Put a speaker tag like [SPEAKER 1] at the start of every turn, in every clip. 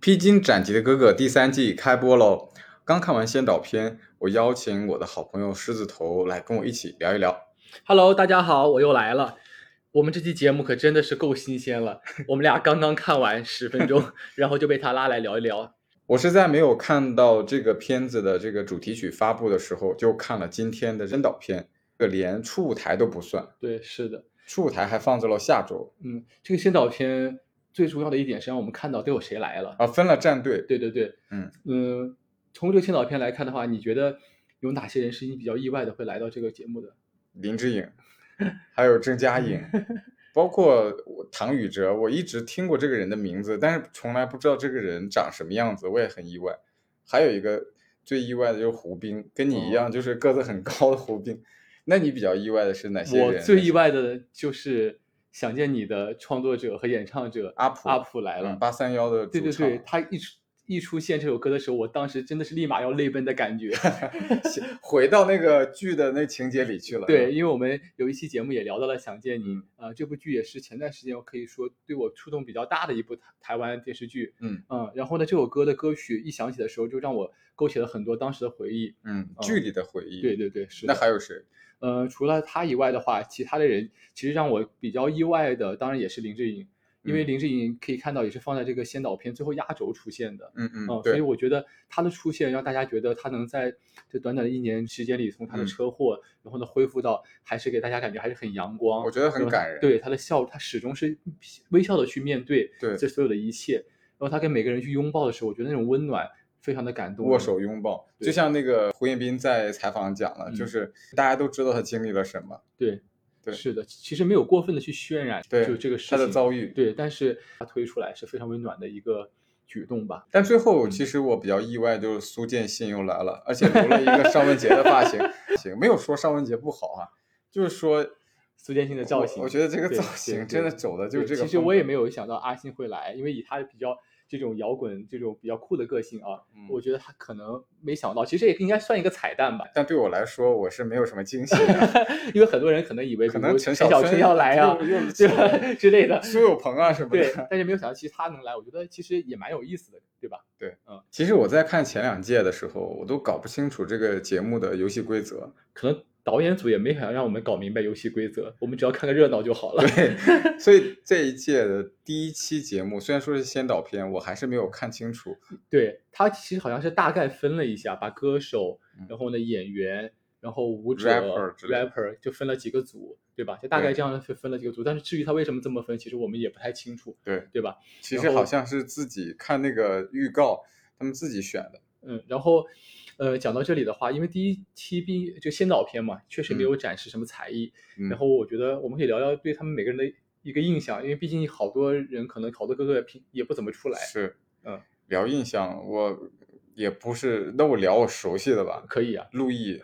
[SPEAKER 1] 披荆斩棘的哥哥》第三季开播喽！刚看完先导片，我邀请我的好朋友狮子头来跟我一起聊一聊。
[SPEAKER 2] Hello，大家好，我又来了。我们这期节目可真的是够新鲜 了，我们俩刚刚看完十分 钟，然后就被他拉来聊一聊。
[SPEAKER 1] 我是在没有看到这个片子的这个主题曲发布的时候，就看了今天的先导片，这个连初舞台都不算，
[SPEAKER 2] 对，是的，
[SPEAKER 1] 初舞台还放在了下周
[SPEAKER 2] 嗯，这个先导片最重要的一点是让我们看到都有谁来了。
[SPEAKER 1] 啊，分了战队。
[SPEAKER 2] 对对对，
[SPEAKER 1] 嗯
[SPEAKER 2] 嗯，从这个先导片来看的话，你觉得有哪些人是你比较意外的会来到这个节目的？
[SPEAKER 1] 林志颖，还有郑嘉 颖，包括我唐禹哲，我一直听过这个人的名字，但是从来不知道这个人长什么样子，我也很意外。还有一个最意外的就是胡兵，跟你一
[SPEAKER 2] 哦
[SPEAKER 1] 样，就是个子很高的胡兵。那你比较意外的是哪些人
[SPEAKER 2] 我
[SPEAKER 1] 呢？
[SPEAKER 2] 最意外的就是《想见你》的创作者和演唱者
[SPEAKER 1] 阿普
[SPEAKER 2] 阿普来了。
[SPEAKER 1] 嗯，八三幺的
[SPEAKER 2] 对
[SPEAKER 1] 主
[SPEAKER 2] 对
[SPEAKER 1] 唱，
[SPEAKER 2] 对，他一出一出现这首歌的时候，我当时真的是立马要泪奔的感觉。
[SPEAKER 1] 回到那个剧的那情节里去了。嗯
[SPEAKER 2] 对，
[SPEAKER 1] 是吧，
[SPEAKER 2] 因为我们有一期节目也聊到了《想见你》啊、这部剧也是前段时间我可以说对我触动比较大的一部台台湾电视剧。呃
[SPEAKER 1] 嗯
[SPEAKER 2] 然后呢，这首歌的歌曲一响起的时候，就让我勾起了很多当时的回忆。
[SPEAKER 1] 嗯，剧里的回忆。
[SPEAKER 2] 哦对，对对，是
[SPEAKER 1] 那
[SPEAKER 2] 的。
[SPEAKER 1] 还有谁？
[SPEAKER 2] 呃，除了他以外的话，其他的人其实让我比较意外的，当然也是林志颖，因为
[SPEAKER 1] 嗯
[SPEAKER 2] 林志颖可以看到也是放在这个先导片最后压轴出现的。
[SPEAKER 1] 嗯嗯，
[SPEAKER 2] 嗯，所以
[SPEAKER 1] 对，
[SPEAKER 2] 我觉得他的出现让大家觉得他能在这短短的一年时间里，从他的
[SPEAKER 1] 嗯
[SPEAKER 2] 车祸，然后呢恢复到，还是给大家感觉还是很阳光，
[SPEAKER 1] 我觉得很
[SPEAKER 2] 然后
[SPEAKER 1] 感人
[SPEAKER 2] 对他的笑，他始终是微笑的去面对
[SPEAKER 1] 对
[SPEAKER 2] 这所有的一切，然后他跟每个人去拥抱的时候，我觉得那种温暖非常的感动。
[SPEAKER 1] 握手拥抱，就
[SPEAKER 2] 对
[SPEAKER 1] 像那个胡彦斌在采访讲了，
[SPEAKER 2] 嗯
[SPEAKER 1] 就是大家都知道他经历了什么，
[SPEAKER 2] 对，
[SPEAKER 1] 对
[SPEAKER 2] 是的，其实没有过分的去渲染，
[SPEAKER 1] 对
[SPEAKER 2] 就这个事
[SPEAKER 1] 他
[SPEAKER 2] 情
[SPEAKER 1] 的遭遇。
[SPEAKER 2] 对，但是他推出来是非常温暖的一个举动吧。
[SPEAKER 1] 但最后
[SPEAKER 2] 嗯
[SPEAKER 1] 其实我比较意外，就是苏建信又来了，而且留了一个尚雯婕的发型， 行，没有说尚雯婕不好啊，就是说
[SPEAKER 2] 苏建信的造
[SPEAKER 1] 我
[SPEAKER 2] 型，
[SPEAKER 1] 我觉得这个
[SPEAKER 2] 对
[SPEAKER 1] 造
[SPEAKER 2] 对
[SPEAKER 1] 型
[SPEAKER 2] 对
[SPEAKER 1] 真的走的就
[SPEAKER 2] 对
[SPEAKER 1] 是这个。
[SPEAKER 2] 其实我也没，有想到阿信会来，因为以他比较这种摇滚、这种比较酷的个性啊，
[SPEAKER 1] 嗯
[SPEAKER 2] 我觉得他可能没想到，其实也应该算一个彩蛋吧。
[SPEAKER 1] 但对我来说我是没有什么惊喜的，
[SPEAKER 2] 因为很多人可能以为，
[SPEAKER 1] 可
[SPEAKER 2] 比
[SPEAKER 1] 能
[SPEAKER 2] 如
[SPEAKER 1] 陈
[SPEAKER 2] 陈
[SPEAKER 1] 小
[SPEAKER 2] 小
[SPEAKER 1] 春
[SPEAKER 2] 春要来啊
[SPEAKER 1] 又又，
[SPEAKER 2] 对吧？ 之类的。
[SPEAKER 1] 苏有朋啊什么
[SPEAKER 2] 对
[SPEAKER 1] 的。，
[SPEAKER 2] 但是没有想到，其实他能来，我觉得其实也蛮有意思的，对吧？
[SPEAKER 1] 其实我在看前两届的时候，我都搞不清楚这个节目的游戏规则。
[SPEAKER 2] 可能导演组也没想让我们搞明白游戏规则，我们只要看个热闹就好了。
[SPEAKER 1] 对，所以这一届的第一期节目虽然说是先导片，我还是没有看清楚。
[SPEAKER 2] 对他其实好像是大概分了一下，把歌手
[SPEAKER 1] 嗯，
[SPEAKER 2] 然后呢演员，然后舞者
[SPEAKER 1] Rapper 之类的
[SPEAKER 2] rapper 就分了几个组，对吧？就大概
[SPEAKER 1] 对
[SPEAKER 2] 这样分分了几个组，但是至于他为什么这么分，其实我们也不太清楚，
[SPEAKER 1] 对，
[SPEAKER 2] 对吧？
[SPEAKER 1] 其
[SPEAKER 2] 然
[SPEAKER 1] 实好
[SPEAKER 2] 后
[SPEAKER 1] 像是自己看那个预告，他们自己选的。
[SPEAKER 2] 嗯，然后呃讲到这里的话，因为第一期毕就先导片嘛，确实没有展示什么才艺，
[SPEAKER 1] 嗯、
[SPEAKER 2] 然后我觉得我们可以聊聊对他们每个人的一个印象，因为毕竟好多人可能好多哥哥平也不怎么出来，
[SPEAKER 1] 是，
[SPEAKER 2] 嗯，
[SPEAKER 1] 聊印象，我也不是，那我聊我熟悉的吧。
[SPEAKER 2] 可以啊，
[SPEAKER 1] 陆 毅，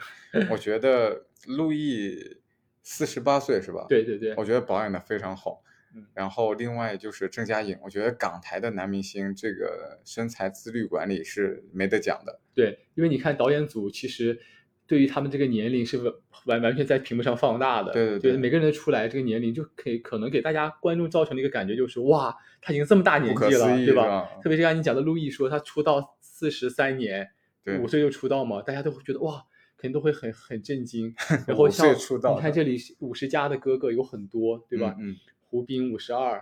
[SPEAKER 1] 我觉得陆毅四十八岁是吧？，
[SPEAKER 2] 对对对，
[SPEAKER 1] 我觉得保养的非常好。
[SPEAKER 2] 嗯
[SPEAKER 1] 然后另外就是郑嘉颖，我觉得港台的男明星这个身材自律管理是没得讲的。
[SPEAKER 2] 对，因为你看导演组其实对于他们这个年龄是完完完全在屏幕上放大的，
[SPEAKER 1] 对对
[SPEAKER 2] 对
[SPEAKER 1] 对
[SPEAKER 2] 每个人的出来这个年龄就可以可能给大家观众造成的一个感觉就是哇，他已经这么大年
[SPEAKER 1] 不可
[SPEAKER 2] 纪了，
[SPEAKER 1] 思议啊
[SPEAKER 2] 对
[SPEAKER 1] 是
[SPEAKER 2] 吧？
[SPEAKER 1] 吧
[SPEAKER 2] 特别是像你讲的陆毅说他出道四十三年，
[SPEAKER 1] 对
[SPEAKER 2] 五岁就出道嘛，大家都会觉得哇。肯定都会很很震 惊，然
[SPEAKER 1] 五
[SPEAKER 2] 后
[SPEAKER 1] 岁
[SPEAKER 2] 像
[SPEAKER 1] 出道
[SPEAKER 2] 你看
[SPEAKER 1] 的
[SPEAKER 2] 这里五十加的哥哥有很多，对吧？
[SPEAKER 1] 嗯，
[SPEAKER 2] 胡兵五十二，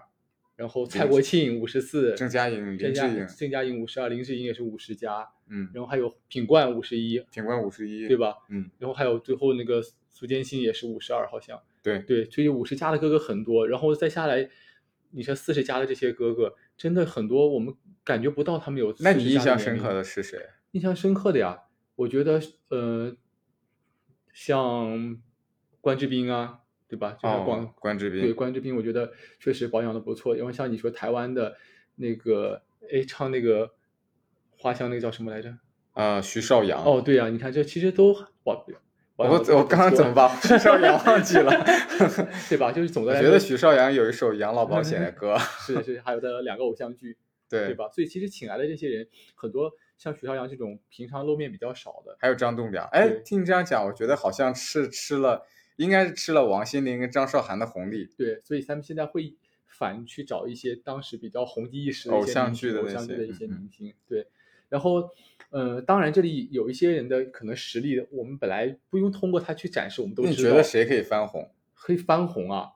[SPEAKER 2] 然后蔡
[SPEAKER 1] 林
[SPEAKER 2] 国庆五十四，
[SPEAKER 1] 郑嘉颖、
[SPEAKER 2] 郑
[SPEAKER 1] 林志
[SPEAKER 2] 嘉
[SPEAKER 1] 颖，
[SPEAKER 2] 郑嘉颖五十二，林志颖也是五十加，
[SPEAKER 1] 嗯，
[SPEAKER 2] 然后还有品冠五十一，
[SPEAKER 1] 品冠五十一，
[SPEAKER 2] 对？吧？
[SPEAKER 1] 嗯，
[SPEAKER 2] 然后还有最后那个苏建信也是五十二，好像
[SPEAKER 1] 对，
[SPEAKER 2] 对，所以五十加的哥哥很多，然后再下来，你说四十加的这些哥哥，真的很多，我们感觉不到他们有。
[SPEAKER 1] 那你印象深刻？的是谁？
[SPEAKER 2] 印象深刻的呀，我觉得呃，像关之斌啊，对吧？就像广、
[SPEAKER 1] 哦，关之
[SPEAKER 2] 对
[SPEAKER 1] 斌，
[SPEAKER 2] 关之斌，我觉得确实保养的不错。因为像你说台湾的那个，哎，唱那个花香那个叫什么来着？
[SPEAKER 1] 呃，徐少阳。
[SPEAKER 2] 哦，，对呀、你看这其实都保保
[SPEAKER 1] 我
[SPEAKER 2] 养得
[SPEAKER 1] 我
[SPEAKER 2] 不
[SPEAKER 1] 刚刚
[SPEAKER 2] 错
[SPEAKER 1] 怎么把 徐少阳忘记 了？
[SPEAKER 2] 对吧？就是总
[SPEAKER 1] 我
[SPEAKER 2] 的来
[SPEAKER 1] 觉
[SPEAKER 2] 说，
[SPEAKER 1] 得许绍洋有一首养老保险的 歌，
[SPEAKER 2] 是是还有的两个偶像剧，对
[SPEAKER 1] 对，
[SPEAKER 2] 吧？所以其实请来的这些人，很多像许绍洋这种平常露面比较少的，
[SPEAKER 1] 还有张栋梁。哎，
[SPEAKER 2] 对
[SPEAKER 1] 听你这样讲，我觉得好像是吃了，应该是吃了王心凌跟张韶涵的红利。
[SPEAKER 2] 对，所以他们现在会反去找一些当时比较红极一时的一
[SPEAKER 1] 偶
[SPEAKER 2] 些明
[SPEAKER 1] 像
[SPEAKER 2] 星
[SPEAKER 1] 剧的
[SPEAKER 2] 偶
[SPEAKER 1] 那
[SPEAKER 2] 像剧
[SPEAKER 1] 些
[SPEAKER 2] 的一些
[SPEAKER 1] 嗯嗯
[SPEAKER 2] 明星，对。然后，呃，当然这里有一些人的可能实力，我们本来不用通过他去展示，我们都
[SPEAKER 1] 那你
[SPEAKER 2] 知
[SPEAKER 1] 觉
[SPEAKER 2] 道。
[SPEAKER 1] 得谁可以翻红？
[SPEAKER 2] 可以翻红啊？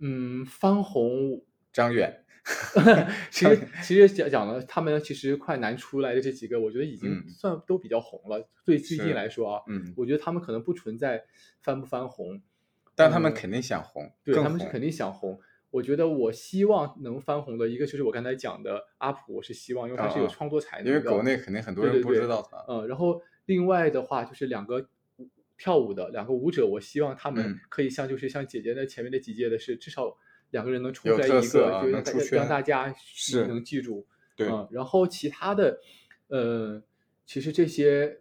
[SPEAKER 2] 嗯，翻红
[SPEAKER 1] 张远，
[SPEAKER 2] 其实其实讲讲了，他们其实快男出来的这几个，我觉得已经
[SPEAKER 1] 嗯
[SPEAKER 2] 算都比较红了。对最
[SPEAKER 1] 是
[SPEAKER 2] 近来说啊，
[SPEAKER 1] 嗯，
[SPEAKER 2] 我觉得他们可能不存在翻不翻红，
[SPEAKER 1] 但他们
[SPEAKER 2] 嗯
[SPEAKER 1] 肯定想红，
[SPEAKER 2] 对
[SPEAKER 1] 更
[SPEAKER 2] 他们是
[SPEAKER 1] 红
[SPEAKER 2] 肯定想红。我觉得我希望能翻红的一个就是我刚才讲的阿普，我是希望，因为他是有
[SPEAKER 1] 啊啊
[SPEAKER 2] 创作才能
[SPEAKER 1] 因
[SPEAKER 2] 的。
[SPEAKER 1] 为国内肯定很多
[SPEAKER 2] 对
[SPEAKER 1] 人
[SPEAKER 2] 对
[SPEAKER 1] 不知
[SPEAKER 2] 对
[SPEAKER 1] 道他。
[SPEAKER 2] 嗯，然后另外的话就是两个舞跳舞的两个舞者，我希望他们
[SPEAKER 1] 嗯
[SPEAKER 2] 可以像就是像姐姐那前面那几届的是，至少两个人能出
[SPEAKER 1] 有
[SPEAKER 2] 来一
[SPEAKER 1] 特
[SPEAKER 2] 个，
[SPEAKER 1] 色啊
[SPEAKER 2] 就是
[SPEAKER 1] 能
[SPEAKER 2] 大
[SPEAKER 1] 出
[SPEAKER 2] 家
[SPEAKER 1] 圈
[SPEAKER 2] 让大家
[SPEAKER 1] 是
[SPEAKER 2] 能记住。
[SPEAKER 1] 对，
[SPEAKER 2] 嗯，然后其他的，呃，其实这些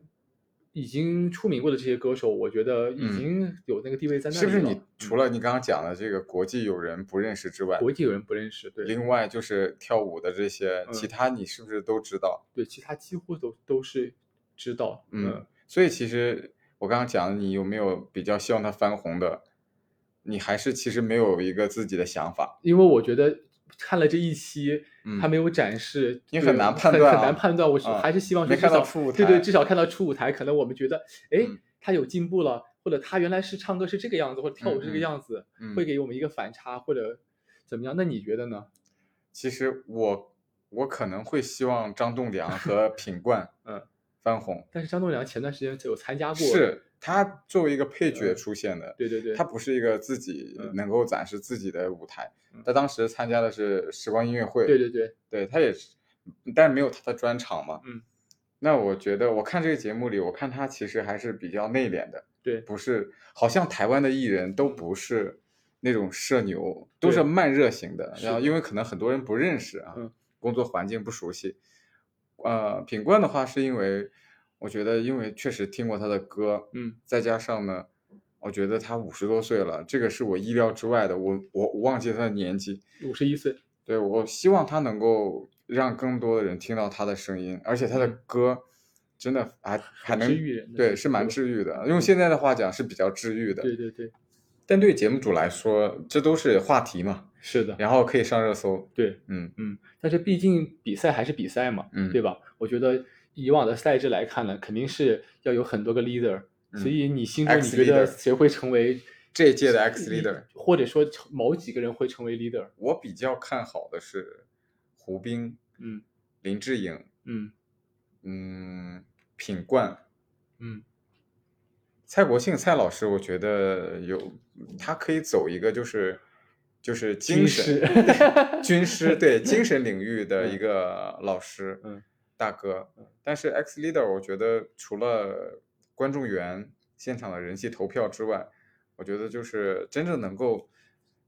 [SPEAKER 2] 已经出名过的这些歌手，我觉得已
[SPEAKER 1] 嗯
[SPEAKER 2] 经有那个地位在那里
[SPEAKER 1] 是
[SPEAKER 2] 了。
[SPEAKER 1] 不是你除
[SPEAKER 2] 嗯
[SPEAKER 1] 了你刚刚讲的这个国际友人不认识之外，
[SPEAKER 2] 国际有人不认识？对
[SPEAKER 1] 另外就是跳舞的这些，
[SPEAKER 2] 嗯
[SPEAKER 1] 其他你是不是都知道？
[SPEAKER 2] 对，其他几乎都都是知道。
[SPEAKER 1] 嗯所以其实我刚刚讲的，你有没有比较希望他翻红的？你还是其实没有一个自己的想法，
[SPEAKER 2] 因为我觉得看了这一期，
[SPEAKER 1] 嗯
[SPEAKER 2] 他没有展示，
[SPEAKER 1] 你
[SPEAKER 2] 对
[SPEAKER 1] 很难判断啊
[SPEAKER 2] 很很难判断。我是
[SPEAKER 1] 嗯
[SPEAKER 2] 还是希望
[SPEAKER 1] 没
[SPEAKER 2] 说至
[SPEAKER 1] 看到
[SPEAKER 2] 少
[SPEAKER 1] 初舞台
[SPEAKER 2] 对对，至少看到初舞台，可能我们觉得，哎
[SPEAKER 1] 嗯，
[SPEAKER 2] 他有进步了，或者他原来是唱歌是这个样子，或者跳舞是这
[SPEAKER 1] 嗯嗯
[SPEAKER 2] 个样子，
[SPEAKER 1] 嗯
[SPEAKER 2] 会给我们一个反差或者怎么样？那你觉得呢？
[SPEAKER 1] 其实我我可能会希望张栋梁 和品冠
[SPEAKER 2] 嗯
[SPEAKER 1] 翻红，
[SPEAKER 2] 但是张栋梁前段时间有参加过，，
[SPEAKER 1] 是他作为一个配角
[SPEAKER 2] 嗯
[SPEAKER 1] 出现的，
[SPEAKER 2] 对对对，
[SPEAKER 1] 他不是一个自己
[SPEAKER 2] 嗯
[SPEAKER 1] 能够展示自己的舞台
[SPEAKER 2] 嗯。
[SPEAKER 1] 他当时参加的是时光音乐会，
[SPEAKER 2] 对对对，
[SPEAKER 1] 对他也是，但是没有他的专场嘛。
[SPEAKER 2] 嗯，
[SPEAKER 1] 那我觉得我看这个节目里，我看他其实还是比较内敛的，
[SPEAKER 2] 对
[SPEAKER 1] 不是，好像台湾的艺人都不是那种社牛，都
[SPEAKER 2] 对
[SPEAKER 1] 是慢热型的。
[SPEAKER 2] 是
[SPEAKER 1] 然后
[SPEAKER 2] 的
[SPEAKER 1] 因为可能很多人不认识啊，
[SPEAKER 2] 嗯
[SPEAKER 1] 工作环境不熟悉。呃，品冠的话是因为我觉得，因为确实听过他的歌，
[SPEAKER 2] 嗯
[SPEAKER 1] 再加上呢，我觉得他五十多岁了，这个是我意料之外的，我我我忘记他的年纪，
[SPEAKER 2] 五十一岁，
[SPEAKER 1] 对，我希望他能够让更多的人听到他的声音，而且他的
[SPEAKER 2] 嗯
[SPEAKER 1] 歌真的还还
[SPEAKER 2] 很
[SPEAKER 1] 能
[SPEAKER 2] 治愈人的
[SPEAKER 1] 对，
[SPEAKER 2] 这
[SPEAKER 1] 是
[SPEAKER 2] 个
[SPEAKER 1] 蛮
[SPEAKER 2] 歌
[SPEAKER 1] 治愈的。用现在的话讲是比较治愈的，
[SPEAKER 2] 对对对，
[SPEAKER 1] 但对节目组来说，这都是话题嘛，
[SPEAKER 2] 是的，
[SPEAKER 1] 然后可以上热搜。
[SPEAKER 2] 对，
[SPEAKER 1] 嗯
[SPEAKER 2] 嗯，但是毕竟比赛还是比赛嘛，
[SPEAKER 1] 嗯
[SPEAKER 2] 对吧？我觉得以往的赛制来看呢，肯定是要有很多个 leader，、
[SPEAKER 1] 嗯
[SPEAKER 2] 所以你心中你
[SPEAKER 1] X
[SPEAKER 2] 觉得
[SPEAKER 1] leader
[SPEAKER 2] 谁会成为
[SPEAKER 1] 这一届的 X
[SPEAKER 2] 一
[SPEAKER 1] leader，
[SPEAKER 2] 或者说某几个人会成为 leader？
[SPEAKER 1] 我比较看好的是胡兵、
[SPEAKER 2] 嗯
[SPEAKER 1] 林志颖、
[SPEAKER 2] 嗯
[SPEAKER 1] 嗯，品冠、
[SPEAKER 2] 嗯，
[SPEAKER 1] 蔡国庆蔡老师，我觉得有他可以走一个就是就是精
[SPEAKER 2] 军
[SPEAKER 1] 神
[SPEAKER 2] 师
[SPEAKER 1] 军师对精神领域的一
[SPEAKER 2] 嗯
[SPEAKER 1] 个老师，
[SPEAKER 2] 嗯，
[SPEAKER 1] 大哥。但是 X Leader 我觉得除了观众缘、现场的人气投票之外，我觉得就是真正能够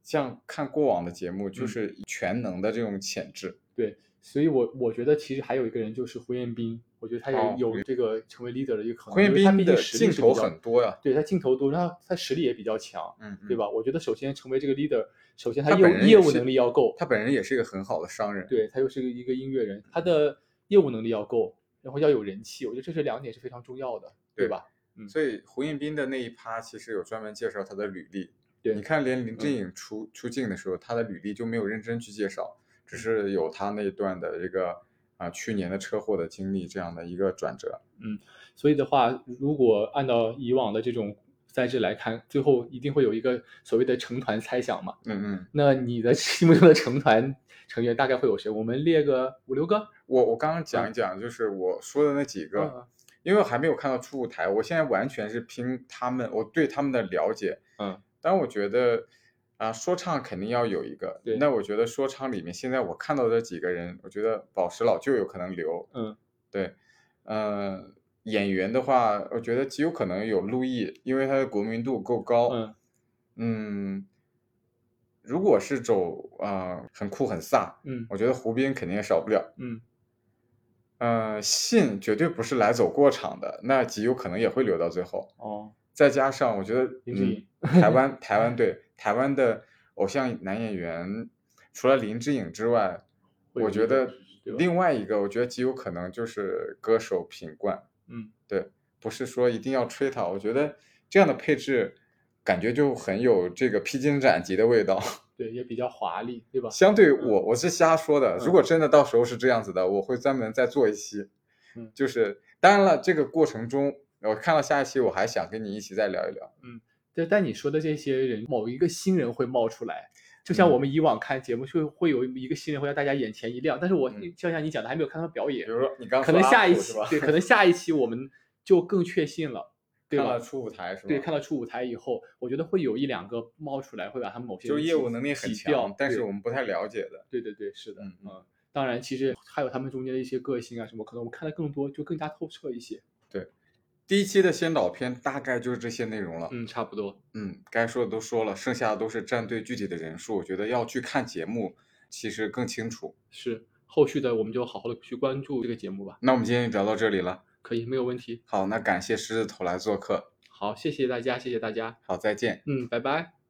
[SPEAKER 1] 像看过往的节目，就
[SPEAKER 2] 嗯
[SPEAKER 1] 是全能的这种潜质。
[SPEAKER 2] 对，所以我我觉得其实还有一个人就是胡彦斌，我觉得他也
[SPEAKER 1] 哦
[SPEAKER 2] 有这个成为 leader 的一个可能，
[SPEAKER 1] 胡彦
[SPEAKER 2] 啊因为他
[SPEAKER 1] 斌
[SPEAKER 2] 毕
[SPEAKER 1] 的
[SPEAKER 2] 竟实
[SPEAKER 1] 镜
[SPEAKER 2] 力是
[SPEAKER 1] 头
[SPEAKER 2] 比较
[SPEAKER 1] 很多呀、
[SPEAKER 2] 对他镜头多，然后他实力也比较强，
[SPEAKER 1] 嗯，嗯
[SPEAKER 2] 对？吧？我觉得首先成为这个 leader，首先
[SPEAKER 1] 他
[SPEAKER 2] 业
[SPEAKER 1] 本
[SPEAKER 2] 务
[SPEAKER 1] 人也
[SPEAKER 2] 业务
[SPEAKER 1] 是
[SPEAKER 2] 能力要够，
[SPEAKER 1] 他本人也是一个很好的商人。
[SPEAKER 2] 对他又是一个音乐人，他的业务能力要够，然后要有人气，我觉得这是两点是非常重要的，
[SPEAKER 1] 对
[SPEAKER 2] 对吧？嗯
[SPEAKER 1] 所以胡彦斌的那一趴其实有专门介绍他的履历。
[SPEAKER 2] 对
[SPEAKER 1] 你看连林志颖出、出镜的时候，他的履历就没有认真去介绍，只是有他那一段的这个啊、去年的车祸的经历这样的一个转折。
[SPEAKER 2] 所以的话，如果按照以往的这种赛制来看，最后一定会有一个所谓的成团猜想嘛。
[SPEAKER 1] 嗯嗯，
[SPEAKER 2] 那你的 心目中的成团成员大概会有谁？我们列个五六个。
[SPEAKER 1] 我我刚刚讲一讲，就是我说的那几个，
[SPEAKER 2] 嗯
[SPEAKER 1] 因为我还没有看到初舞台，我现在完全是拼他们，我对他们的了解。
[SPEAKER 2] 嗯，
[SPEAKER 1] 但我觉得啊、说唱肯定要有一个。
[SPEAKER 2] 对
[SPEAKER 1] 那我觉得说唱里面现在我看到的几个人，我觉得宝石老舅有可能留。
[SPEAKER 2] 嗯，
[SPEAKER 1] 对，呃，演员的话，我觉得极有可能有陆毅，因为他的国民度够高。
[SPEAKER 2] 嗯
[SPEAKER 1] 嗯如果是走啊、呃很酷很飒，
[SPEAKER 2] 嗯
[SPEAKER 1] 我觉得胡兵肯定也少不了。
[SPEAKER 2] 嗯
[SPEAKER 1] 呃，信绝对不是来走过场的，那极有可能也会留到最后。
[SPEAKER 2] 哦，
[SPEAKER 1] 再加上我觉得，
[SPEAKER 2] 林志颖
[SPEAKER 1] 嗯、台 湾台湾队台湾的偶像男演员，除了林志颖之外，
[SPEAKER 2] 会有
[SPEAKER 1] 我
[SPEAKER 2] 一
[SPEAKER 1] 觉
[SPEAKER 2] 个
[SPEAKER 1] 得
[SPEAKER 2] 对吧
[SPEAKER 1] 另外一个，我觉得极有可能就是歌手品冠。
[SPEAKER 2] 嗯
[SPEAKER 1] 对，不是说一定要吹他，我觉得这样的配置感觉就很有这个披荆斩棘的味道。
[SPEAKER 2] 对，也比较华丽，对吧？
[SPEAKER 1] 相对我我是瞎说的，
[SPEAKER 2] 嗯
[SPEAKER 1] 如果真的到时候是这样子的，我会专门再做一期
[SPEAKER 2] 嗯。
[SPEAKER 1] 就是当然了，这个过程中，我看到下一期，我还想跟你一起再聊一聊。
[SPEAKER 2] 对，但你说的这些人，某一个新人会冒出来，就像
[SPEAKER 1] 嗯
[SPEAKER 2] 我们以往看节目，就会有一个新人会让大家眼前一亮。但是我
[SPEAKER 1] 嗯
[SPEAKER 2] 就像你讲的，还没有看他们表演
[SPEAKER 1] 比，如说你刚
[SPEAKER 2] 可能
[SPEAKER 1] 说
[SPEAKER 2] 下
[SPEAKER 1] 阿
[SPEAKER 2] 一
[SPEAKER 1] 虎
[SPEAKER 2] 期
[SPEAKER 1] 是吧，
[SPEAKER 2] 对，可能下一期我们就更确信了，对
[SPEAKER 1] 看
[SPEAKER 2] 吧
[SPEAKER 1] 了？初舞台是吧？
[SPEAKER 2] 对，看到出舞台以后，我觉得会有一两个冒出来，会把他们某些
[SPEAKER 1] 就是
[SPEAKER 2] 人
[SPEAKER 1] 业
[SPEAKER 2] 挤
[SPEAKER 1] 务能力很
[SPEAKER 2] 挤掉
[SPEAKER 1] 强，但是
[SPEAKER 2] 对
[SPEAKER 1] 我们不太了解的。
[SPEAKER 2] 对对对，是的，
[SPEAKER 1] 嗯嗯
[SPEAKER 2] 当然，其实还有他们中间的一些个性啊什么，可能我们看的更多，就更加透彻一些。
[SPEAKER 1] 第一期的先导片大概就是这些内容了。
[SPEAKER 2] 嗯，差不多。
[SPEAKER 1] 嗯，该说的都说了，剩下的都是站队具体的人数。我觉得要去看节目，其实更清楚。
[SPEAKER 2] 是后续的，我们就好好的去关注这个节目吧。
[SPEAKER 1] 那我们今天就聊到这里了。
[SPEAKER 2] 可以，没有问题。
[SPEAKER 1] 好，那感谢狮子头来做客。
[SPEAKER 2] 好，谢谢大家，谢谢大家。
[SPEAKER 1] 好，再见。
[SPEAKER 2] 嗯，拜拜。